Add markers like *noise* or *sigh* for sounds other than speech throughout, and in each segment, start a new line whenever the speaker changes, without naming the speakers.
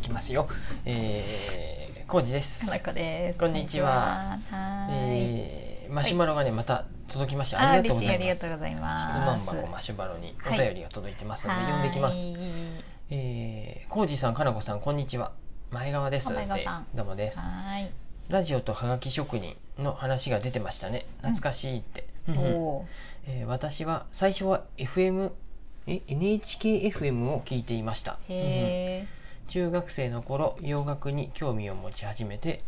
きますよ。えー、コウジです
か。なこです。
こんにちは
こんにちは。はーい。
えー、マシュマロがねまた届きました。
あ
あ
ー
りがとうご
嬉しい
ざ
あ
い
り
ま
が
す
とう。ございます。
質問箱マシュマロにお便りが届いてますので、読んできます。
は
えー、コウジさん、かなこさん、こんにちは。前川です。
前川さん
どうもです。
ーい。
ラジオとハガキ職人の話が出てましたね。懐かしいって。
お
うんうん
お
えー私は最初は FM え NHKFM を聞いていました、う
ー。
んうん
へえ。
中学生の頃洋楽に興味を持ち始めて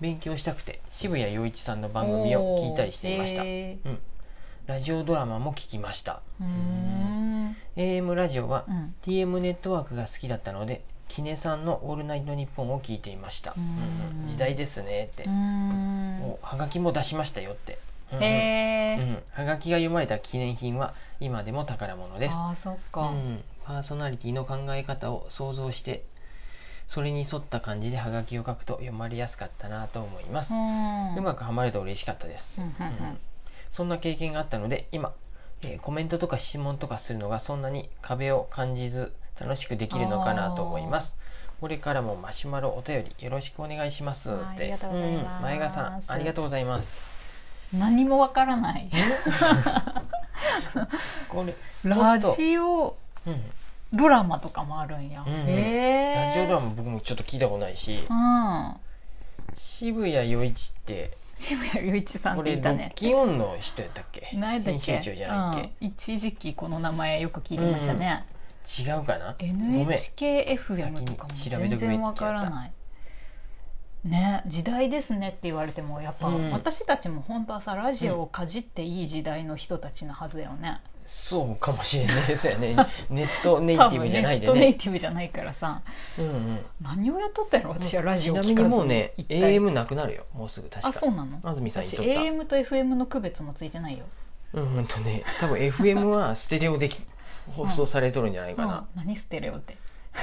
勉強したくて渋谷陽一さんの番組を聞いたりしていました
おーへ
ラジオドラマも聞きました
ーうーん。
AM ラジオは
うん
TM ネットワークが好きだったのでキネさんの「オールナイトニッポン」を聞いていました、
うん
うんうん時代ですねって
うー、ん。
おはがきも出しましたよって、うんうん
へ
う
え。
ん、はがきが読まれた記念品は今でも宝物です
ああそっか
う。ん、パーソナリティの考え方を想像してそれに沿った感じでハガキを書くと読まれやすかったなと思います、
ん
うまくはまれて嬉しかったです、
うんうんう
うん
ん
そんな経験があったので今、えーコメントとか質問とかするのがそんなに壁を感じず楽しくできるのかなと思いますこれからもマシュマロお便りよろしくお願いします
あー
って
ありがとうございます
ん前川さんありがとうございます
何もわからない。
これ
ラ
もっと
ジオ
うん、
ドラマとかもあるんや。
うんうんラ
へえ。
ジオドラマ僕もちょっと聞いたことないし
マ。うん。
渋谷陽一って
渋谷雄一さん
こ
って
れ
い
ロ
たね
ッ。キーオンの人やったっけ
何だっ
編
け
集長じゃないっ
うん、一時期この名前よく聞いてましたね、
け、違うかなごめん
NHKFM とかも
先に調べとく
全
べき
然
や
わ
った
からないね時代ですねって言われてもやっぱ、
うん
私たちも本当はさラジオをかじっていい時代の人たちのはずだよね、
そうかもしれないですよ
*laughs*
ねネットネイテ
多
ィブ
分
じ
ネ
ゃない
ッ
で
トネイ
ね
ティブじゃないからさ
うんうん
何をやっとったんやろ私はラジ
ち
オ
な
聞かず
みにもうね
一体
AM なくなるよもうすぐ確か
あそうなの
安住さん
私
言っとっ
AM と FM の区別もついてないよ、
たうんうんとね多分 FM はステレオでき放送されとるんじゃないか
うん
な、
何ステレオって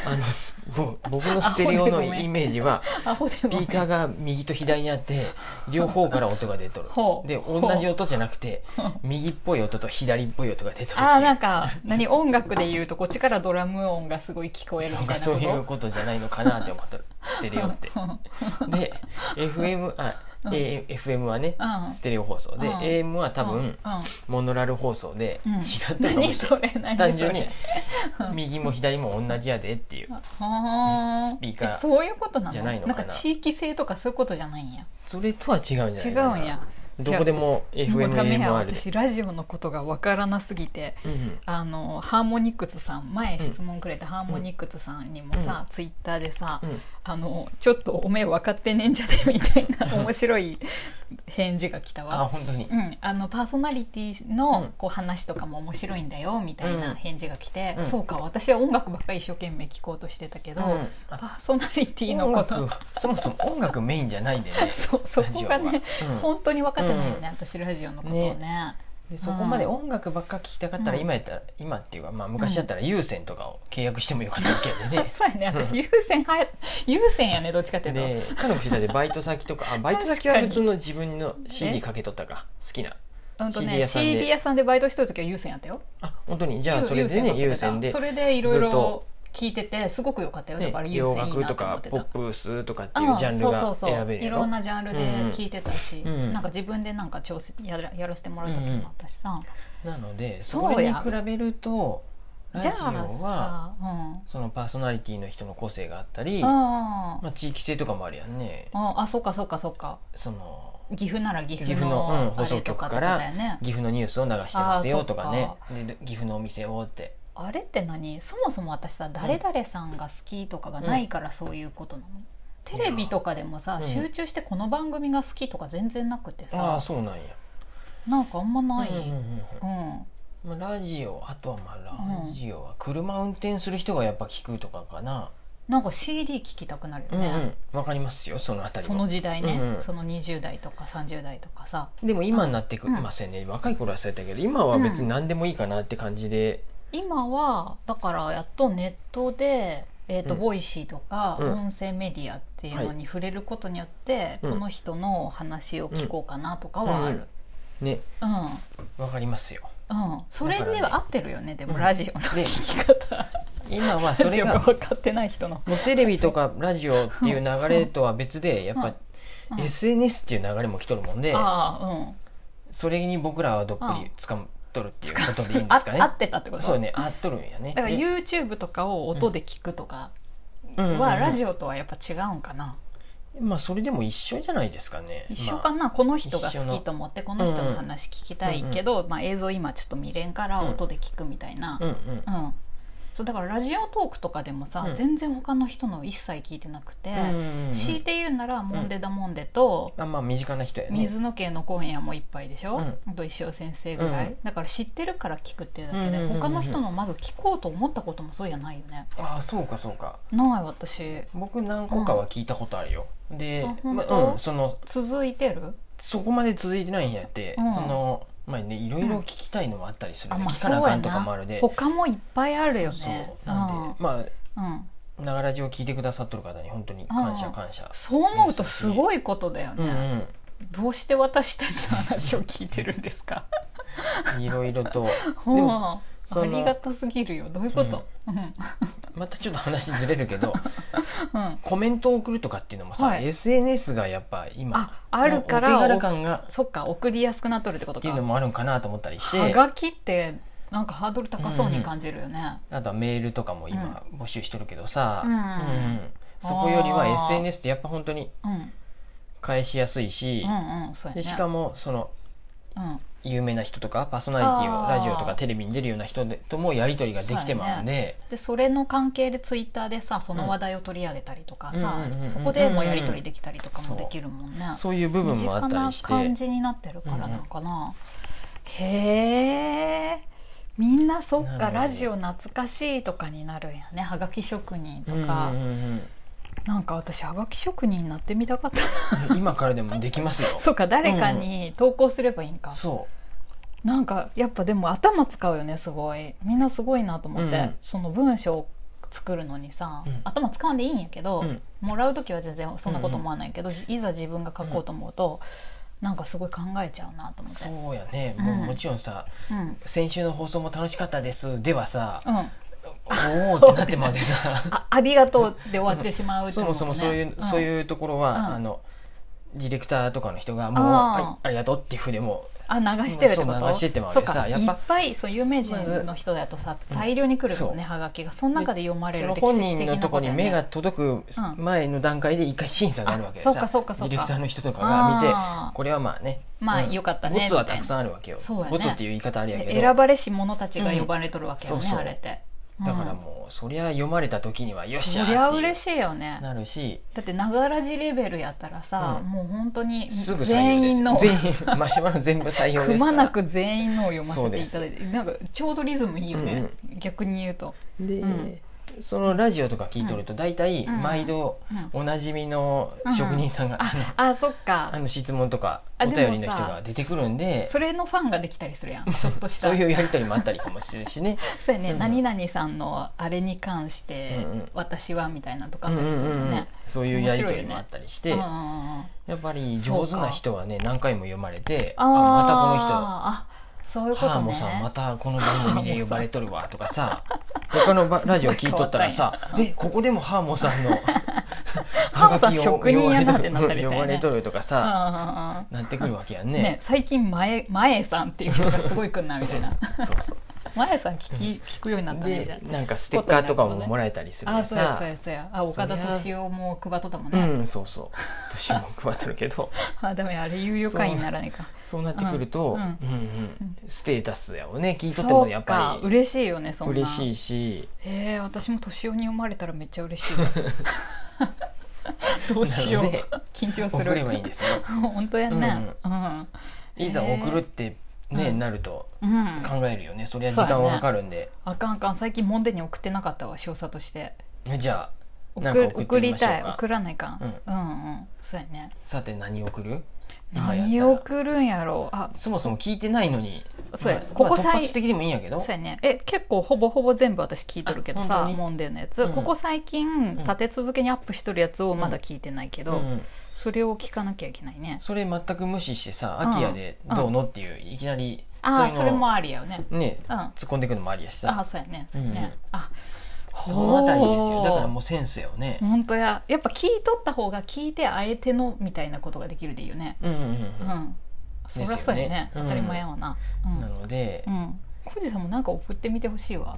あのすぼ僕のステレオ
あご
の
めんごめん
イメージは
あほし
スピーカーが右と左にあって
*laughs*
両方から音が出とる
ほう
で
ほ
同
う
じ音じゃなくて右っぽい音と左っぽい音が出とるっていう
あーなんか何音楽で言うとこっちからドラム音がすごい聞こえる
な
み
ん
た
か
いな
そ
こ
う
と
いうことじゃないのかなって思ったらステレオ
*laughs*
って
うん
で FM あ、A FM はね、
うん
ステレオ放送で、
うん
AM は多分、モノラル放送で
うん
違ったかも
何
し
そ
れ
れ
ない、
何それ
単純に
うん
右も左も同じやでっていう
はー
スピーカー
えそういうことなの
じゃないのかなん
か地域性とかそういうことじゃないんや
それとは違うんじゃない
違う
かなん
や
どこでも
もうダメや
FMAMR で
私ラジオのことがわからなすぎて
うんうん
あのハーモニクスさん前質問くれたハーモニクスさんにもさ、ツイッターでさ、
うん
あの「ちょっとおめえ分かってねえんじゃねえ」みたいな面白い返事が来たわ
あ本当に
うん、あのパーソナリティ
うん
のこう話とかも面白いんだよみたい
うん
な返事が来て、
うん
そうか私は音楽ばっかり一生懸命聞こうとしてたけ
う
ど、
ん
パ
あ
ーソナリティの
音
こ
楽
と
そもそも音楽メインじゃないでね
そう *laughs* そこが
ラジ
ね、
オはうん
本当に分かってないよね、私ラジオのことをね
でそこまで音楽ばっか聴きたかったら
うん
今やったら、今っていうか、まあ、昔だったら有線とかを契約してもよかったわけで
*laughs*
ね。
そうやね私優先はや優先やねどっちかっていうと、
で彼の口だってバイト先とかあバイト先は普通の自分の CD かけとったか好きな
ほんと
CD
ね
屋
CD 屋
さんで
さんでバイトしてる時は優先やったよ
あ本当にじゃあそれでね有
優先
線で
それでいろい
ずっと
ろ聞いててすごく良かったよだ
ね
から優
洋
先い
楽
いな
と
と思っ
か
て
ポ
た
ップスとかっていうジャンル
あ
が
あそうそうそう
選べる
い
や
ろ
ろ
んなジャンルで聞いてたし、
うんうん
なんか自分でなんか調整やらやらせてもらう時もあったしさ、
なので
そ
そうれに
や
比べるとラ
じ
ジ
ゃ
オ
あ
は
さ、うん
そのパーソナリティの人の個性があったり、ま
ああ
あ、地域性とかもあるやんね
ああそうかそうかそうか
その
岐阜なら岐阜
岐阜のうん
の
放
あ
送
れと
局
かっ
か
てこと
ら
だよね
岐阜のニュースを流してます
あ
よ
ー
とかねで岐阜のお店をって
あれって何そもそも私さ誰々さんが好きとかがないからそういうことなの、テレビとかでもさ、
うん
集中してこの番組が好きとか全然なくて
ああ
さ、
そうなんや、
なんかあんまない、
うんうんうん
うん
うんまあ、ラジオあとはまあ
うん
ラジオは車運転する人がやっぱ聞くとかかな、
なんか CD 聴きたくなる
う
よ
んう
ね、
んわかりますよそのあたり
そ
も
の時代
う
ね、
んうん
その20代とか30代とかさ
でも今になってく
うん
ませんね、若い頃はそうやったけど今は別に何でもいいかなって感じで、
今はだからやっとネットで、えーと
うん
ボイシーとか
うん
音声メディアっていうのに触れることによって、
うん
この人の話を聞こうかなとかはある、
ね
うんうん
わかりますよ
それ
だから
で
ね
合ってるよねでも
うん
ラジオの
で
聞き方、
今はそ
*laughs* そ
れ
れが
が
分かってない人の
もうテレビとかラジオっていう流れとは別でやっぱ
うん
SNS っていう流れも来とるもんで
ああうん
それに僕らはどっぷりつかむとるっていうことでいいんで
あ
すか
合
ね
ってたってこと
そうね合っとるんやね
だから
で
YouTube とかを音で聞くとか
うんうん
はラジオとはやっぱ違うんかな
まあそれでも一緒じゃないですかね
一緒か
ま
なこの人が好きと思ってこの人の話聞きたいけどまあ映像今ちょっと見れんから
うん
音で聞くみたいな
あうんうん
うんそうだからラジオトークとかでも
う
さ
ん
全然他の人の一切聞いてなくて
うんうんうん
強いて言うならモンデダモンデと
あまあ身近な人やね
水野家の今夜もいっぱいでしょ、
うん
あと石尾先生ぐらい、
うん
だから知ってるから聞くっていうだけ
うんうん
で、
うんうん
他の人のまず聞こうと思ったこともそうじゃないよね
ああそうかそうか
ない私
僕何個かは聞いたことあるよで
あ本
ま
当
あうんその
続いてる
そこまで続いてないんやって
うん
そのまあねいろいろ聞きたいのもあったりする
あ
ね
まあ
聞かなあかんとかもあるで
他もいっぱいあ
あ
るよね
なんでまあ
うんうん
ながらじを聞いてくださっとる方に本当に感謝
うん
感謝
そう思うとすごいことだよ
うんう
ね、
ん
どうして私たちの話を聞いてるんですか
いろいろと
うん
もそ
あ
の
りがたすぎるよどういうこと、うん
またちょっと話ずれる
*laughs*
けど
うん、
コメントを送るとかっていうのもさ
はい
SNS がやっぱ今
ああるから
お手軽感が
そっか送りやすくなっとるってこと
って
か
いうのもあるんかなと思ったりして
はがきってなんかハードル高そうに感じるよね、
あとはメールとかも今募集してるけどさ、
うん
そこより
あ
は
ー
SNS ってやっぱ本当に
うん
返しやすいし、
うんうんそうやね
でしか
も、
もその
うん、
有名な人とかパーソナリティを
あー
ラジオとかテレビに出るような人でともやり取りができてまうんで、
でそれの関係でツイッターでさその話題を取り上げたりとかさ、
うんうんうんうん
そこでもうやり取りできたりとかもできるもんね
そういう部分もあったりし
身近な感
て
じになってるからなのかな、へえみんなそっ
な
か
るほど
ラジオ懐かしいとかになるんやねはがき職人と
うんうんうん
か、なんか私はがき職人になってみたかっ
*laughs*
た
うん今からでもできますよ
*laughs* そうか誰かに投稿すればいいんか、
そ
なんかやっぱでも頭使うよねすごいみんなすごいなと思って、
うんうん
その文章を作るのにさ、
うん
頭使わんでいいんやけど、
う、うん
もらう時は全然そんなこと思わないけど、じいざ自分が書こうと思うと、なんかすごい考えちゃうなと思って
そうやね、
うん
もうもちろんさ
うん、うん、
「先週の放送も楽しかったです」ではさ「おお」ってなってまうで
*laughs*
さ
あありがとうで終わってしまうって
そ
のね
もそもそういう、そう
うん
いうところは、
うん
あのディレクターとかの人がもう
あ
あ
ー
いありがとうっていうふうでも
あ流してるってこと
そう流してってもあ
そ
る
う
しさ
か
やっ
い
ぱ
っぱいそう有名人の人だとさ、
まず
大量に来るもんね、
う
はがきがその中で読まれ
そ
るっ
の
て奇跡
本
的な
人のとこ
だ
に
よね
目が届く
うん
前の段階で一回審査になるわけでさ、
あそうかそうかそうか
ディレクターの人とかが
あ
見
ー
てこれはまあね
まあよかったね
ボツはたくさんあるわけよ、
そうやね
ボツっていう言い方あるやけど
選ばれし者たちが呼ばれとるわけよ
う
ね、
んそうそう
あれって、うん
だからもうそりゃ読まれた時にはよっしゃ
そりゃ
ーって
嬉しいよね
なるし
だってながらじレベルやったらさ、
うん
もう本当に
すぐ採用です
全員
よ
の
全員 *laughs* マシュマロ全部採用
く
ですか
ま
ら
なく全員のを読ませていただいてなんかちょうどリズムいいよね、逆に言うと、
で、
うん
そのラジオとか聞いとると大体
うん
毎度、
うん
おなじみの職人さんが、あの
ああそっ
あ
か
の質問とかお
あでもさ
便りの人が出てくるんで
それのファンができたりす
*laughs*
るやんちょっとした
そういうやり取りもあったりかもしれんしね
そうやね、
うん
何々さんのあれに関して、
うんうん
私はみたいなとかあったりする
うん
よ
うんうん
ね、
そういうやり取りもあったりし
うん
て、
うんうん
やっぱり上手な人はね何回も読まれて「
あ
あまたこの人
あそういうことね
ハーモさんまたこの番組で呼ばれとるわ」とかさ *laughs* 他のばラジオ聞いとったらさ「えここでもハーモさんの
*laughs* ハーモさ
はが
ん
きを
職人やなってなったりしたよね
呼ばれとる」とか
うん
さ、
うんうん
なってくるわけやん
ね
ね。
最近前前さんっていう人がすごい来んなみたいな *laughs*
そうそう
前さん聞き聞くようになったねみた
で
いな
なんかステッカーとかももらえたりする
あ
で
そうやそう
さ
やそうやあ岡田
そりゃ
敏夫も配っとったもん
う
ね、
んそうそう年も配ってるけど
*laughs* あダメあれ有料会員にならないか
そうなってくると、
う
うんん
うん
うんステータスやをね聞いとって
そ
も
う
やっ
か
ぱり
嬉しいよねそんな
嬉し
い
いし
えー、私も年男に生まれたらめっちゃ嬉
*laughs*
しいわどうしよう
なので
緊張する
送ればいいんですよ
*laughs* 本当やねうん、
いざ送るって
う
ね
ん
なると
うん、
考えるよねそりゃ時間はかかるんで、
あかんあかん最近モンデに送ってなかったわ少佐として
ねじゃあ
送
なんか
る
送
送
ってみ
り
ましょう
た
か
い送らないかん、
う
うんうんそうやね
さて何送る今や
何
ったら
送るんやろうあ
そもそも聞いてないのに
そうや
まあ
ここ
まあ
最
突発的でもいいんやけど
そうやねえ結構ほぼほぼ全部私聞いとるけど
あ本
さ
当に
モンデーのやつ、
うん
ここ最近
ん
立て続けにアップしとるやつをまだ聞いてないけ
う
ど、
んうん
それを聞かなきゃいけないね
それ全く無視してさアキヤでどうのっていういきなり
ああ
い
それもありやよね
ね
うんあ
突っ込んでいくのもありやしさ
あそうやねそうやね、
うん
あ
そのあたりです
お
よ
ー
だからもうセンスよね、
本当ややっぱ聞いとった方が聞いてあえてのみたいなことができるでいいよね
うんうん
う
うん
ん、そりゃそうやね
ですよねうん
当たり前やわなう
うん、なんので
う、ん浩司さんもなんか送ってみてほしいわ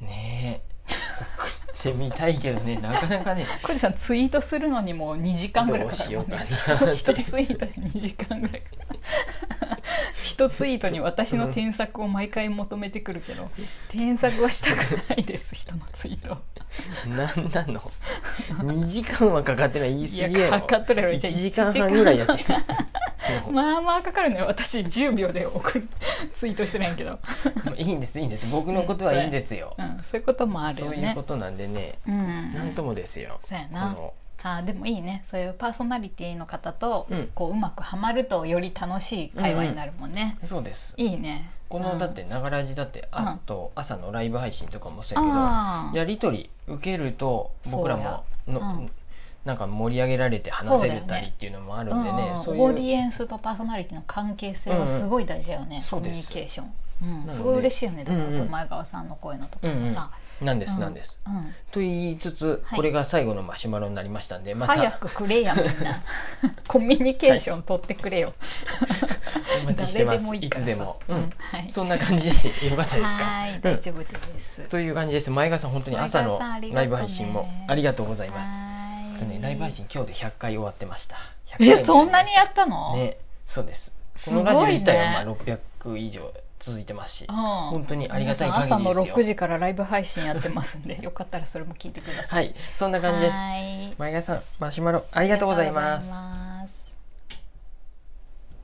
ねえ *laughs* 送ってみたいけどねなかなかね
浩司さんツイートするのにもう2時間ぐら
ど
い
う
かか
し
る
よ
も
うんか
ね
なっ
一
て
ツイートで2時間ぐらいかな一ツイートに私の添削を毎回求めてくるけど添削はしたくないです人のツイート
なんなの2時間はかかってない言い過ぎや
か
よ
かっとるやろ
1
じゃあ
時間半ぐらいやってるも
まあまあかかるね私10秒で送るツイートしてないけど、
ういいんですいいんです僕のことはいいんですよ、
うん、そういうこともあるよ
そう
ね
いうことなんでね
うん
なんともですよ、
そうや
こ
な
の
あーでもいいねそういうパーソナリティの方と、
うん
こううまくはまるとより楽しい会話になるもんね、
そうです
いいね
このだっ
う
てながらじだって
うん
あと朝のライブ配信とかもそうんやけど
あー
やり取り受けると僕らも
うやう
の
ん
なんか盛り上げられて話せれたり
そうだよね
っていうのもある
うんん
でねそう
うんオーディ
いう
エンスとパーソナリティの関係性はすごい大事だよね、
うんうん
コミュニケーション、うん
そうです
すごい嬉しいよねだから、
うんうん
前川さんの声のところもさ、
なんですなんです。
うんうん
と言いつつ
はい
これが最後のマシュマロになりましたんでま
早
た
くくれやみん
*laughs*
なコミュニケーション取ってくれよ、
お待ちしてま
誰
す
もい
い
いから
つ
さ
でも。
う
うんん
はい
そんな感じで
*laughs*
してよかったです
は
か
い。
う
大
ん
丈夫です、
という感じです前川さん本当に朝のライ
前川さんありがとうね
ブ配信もありがとうございます。
は
あ
い
とねライブ配信今日で100回終わってました。100回
えそんなにやったの、
ねそうです。
す
こ
ごい
の
ね
ラジオ自体はまあ600以上続いてますし。
本
本当にありがたい限りですよ
朝の6時からライブ配信やってますんでよかったらそれも聞いてください
はい、そんな感じです。
はい
前川さん、マシュマロありがとうございます。
ありがとうございます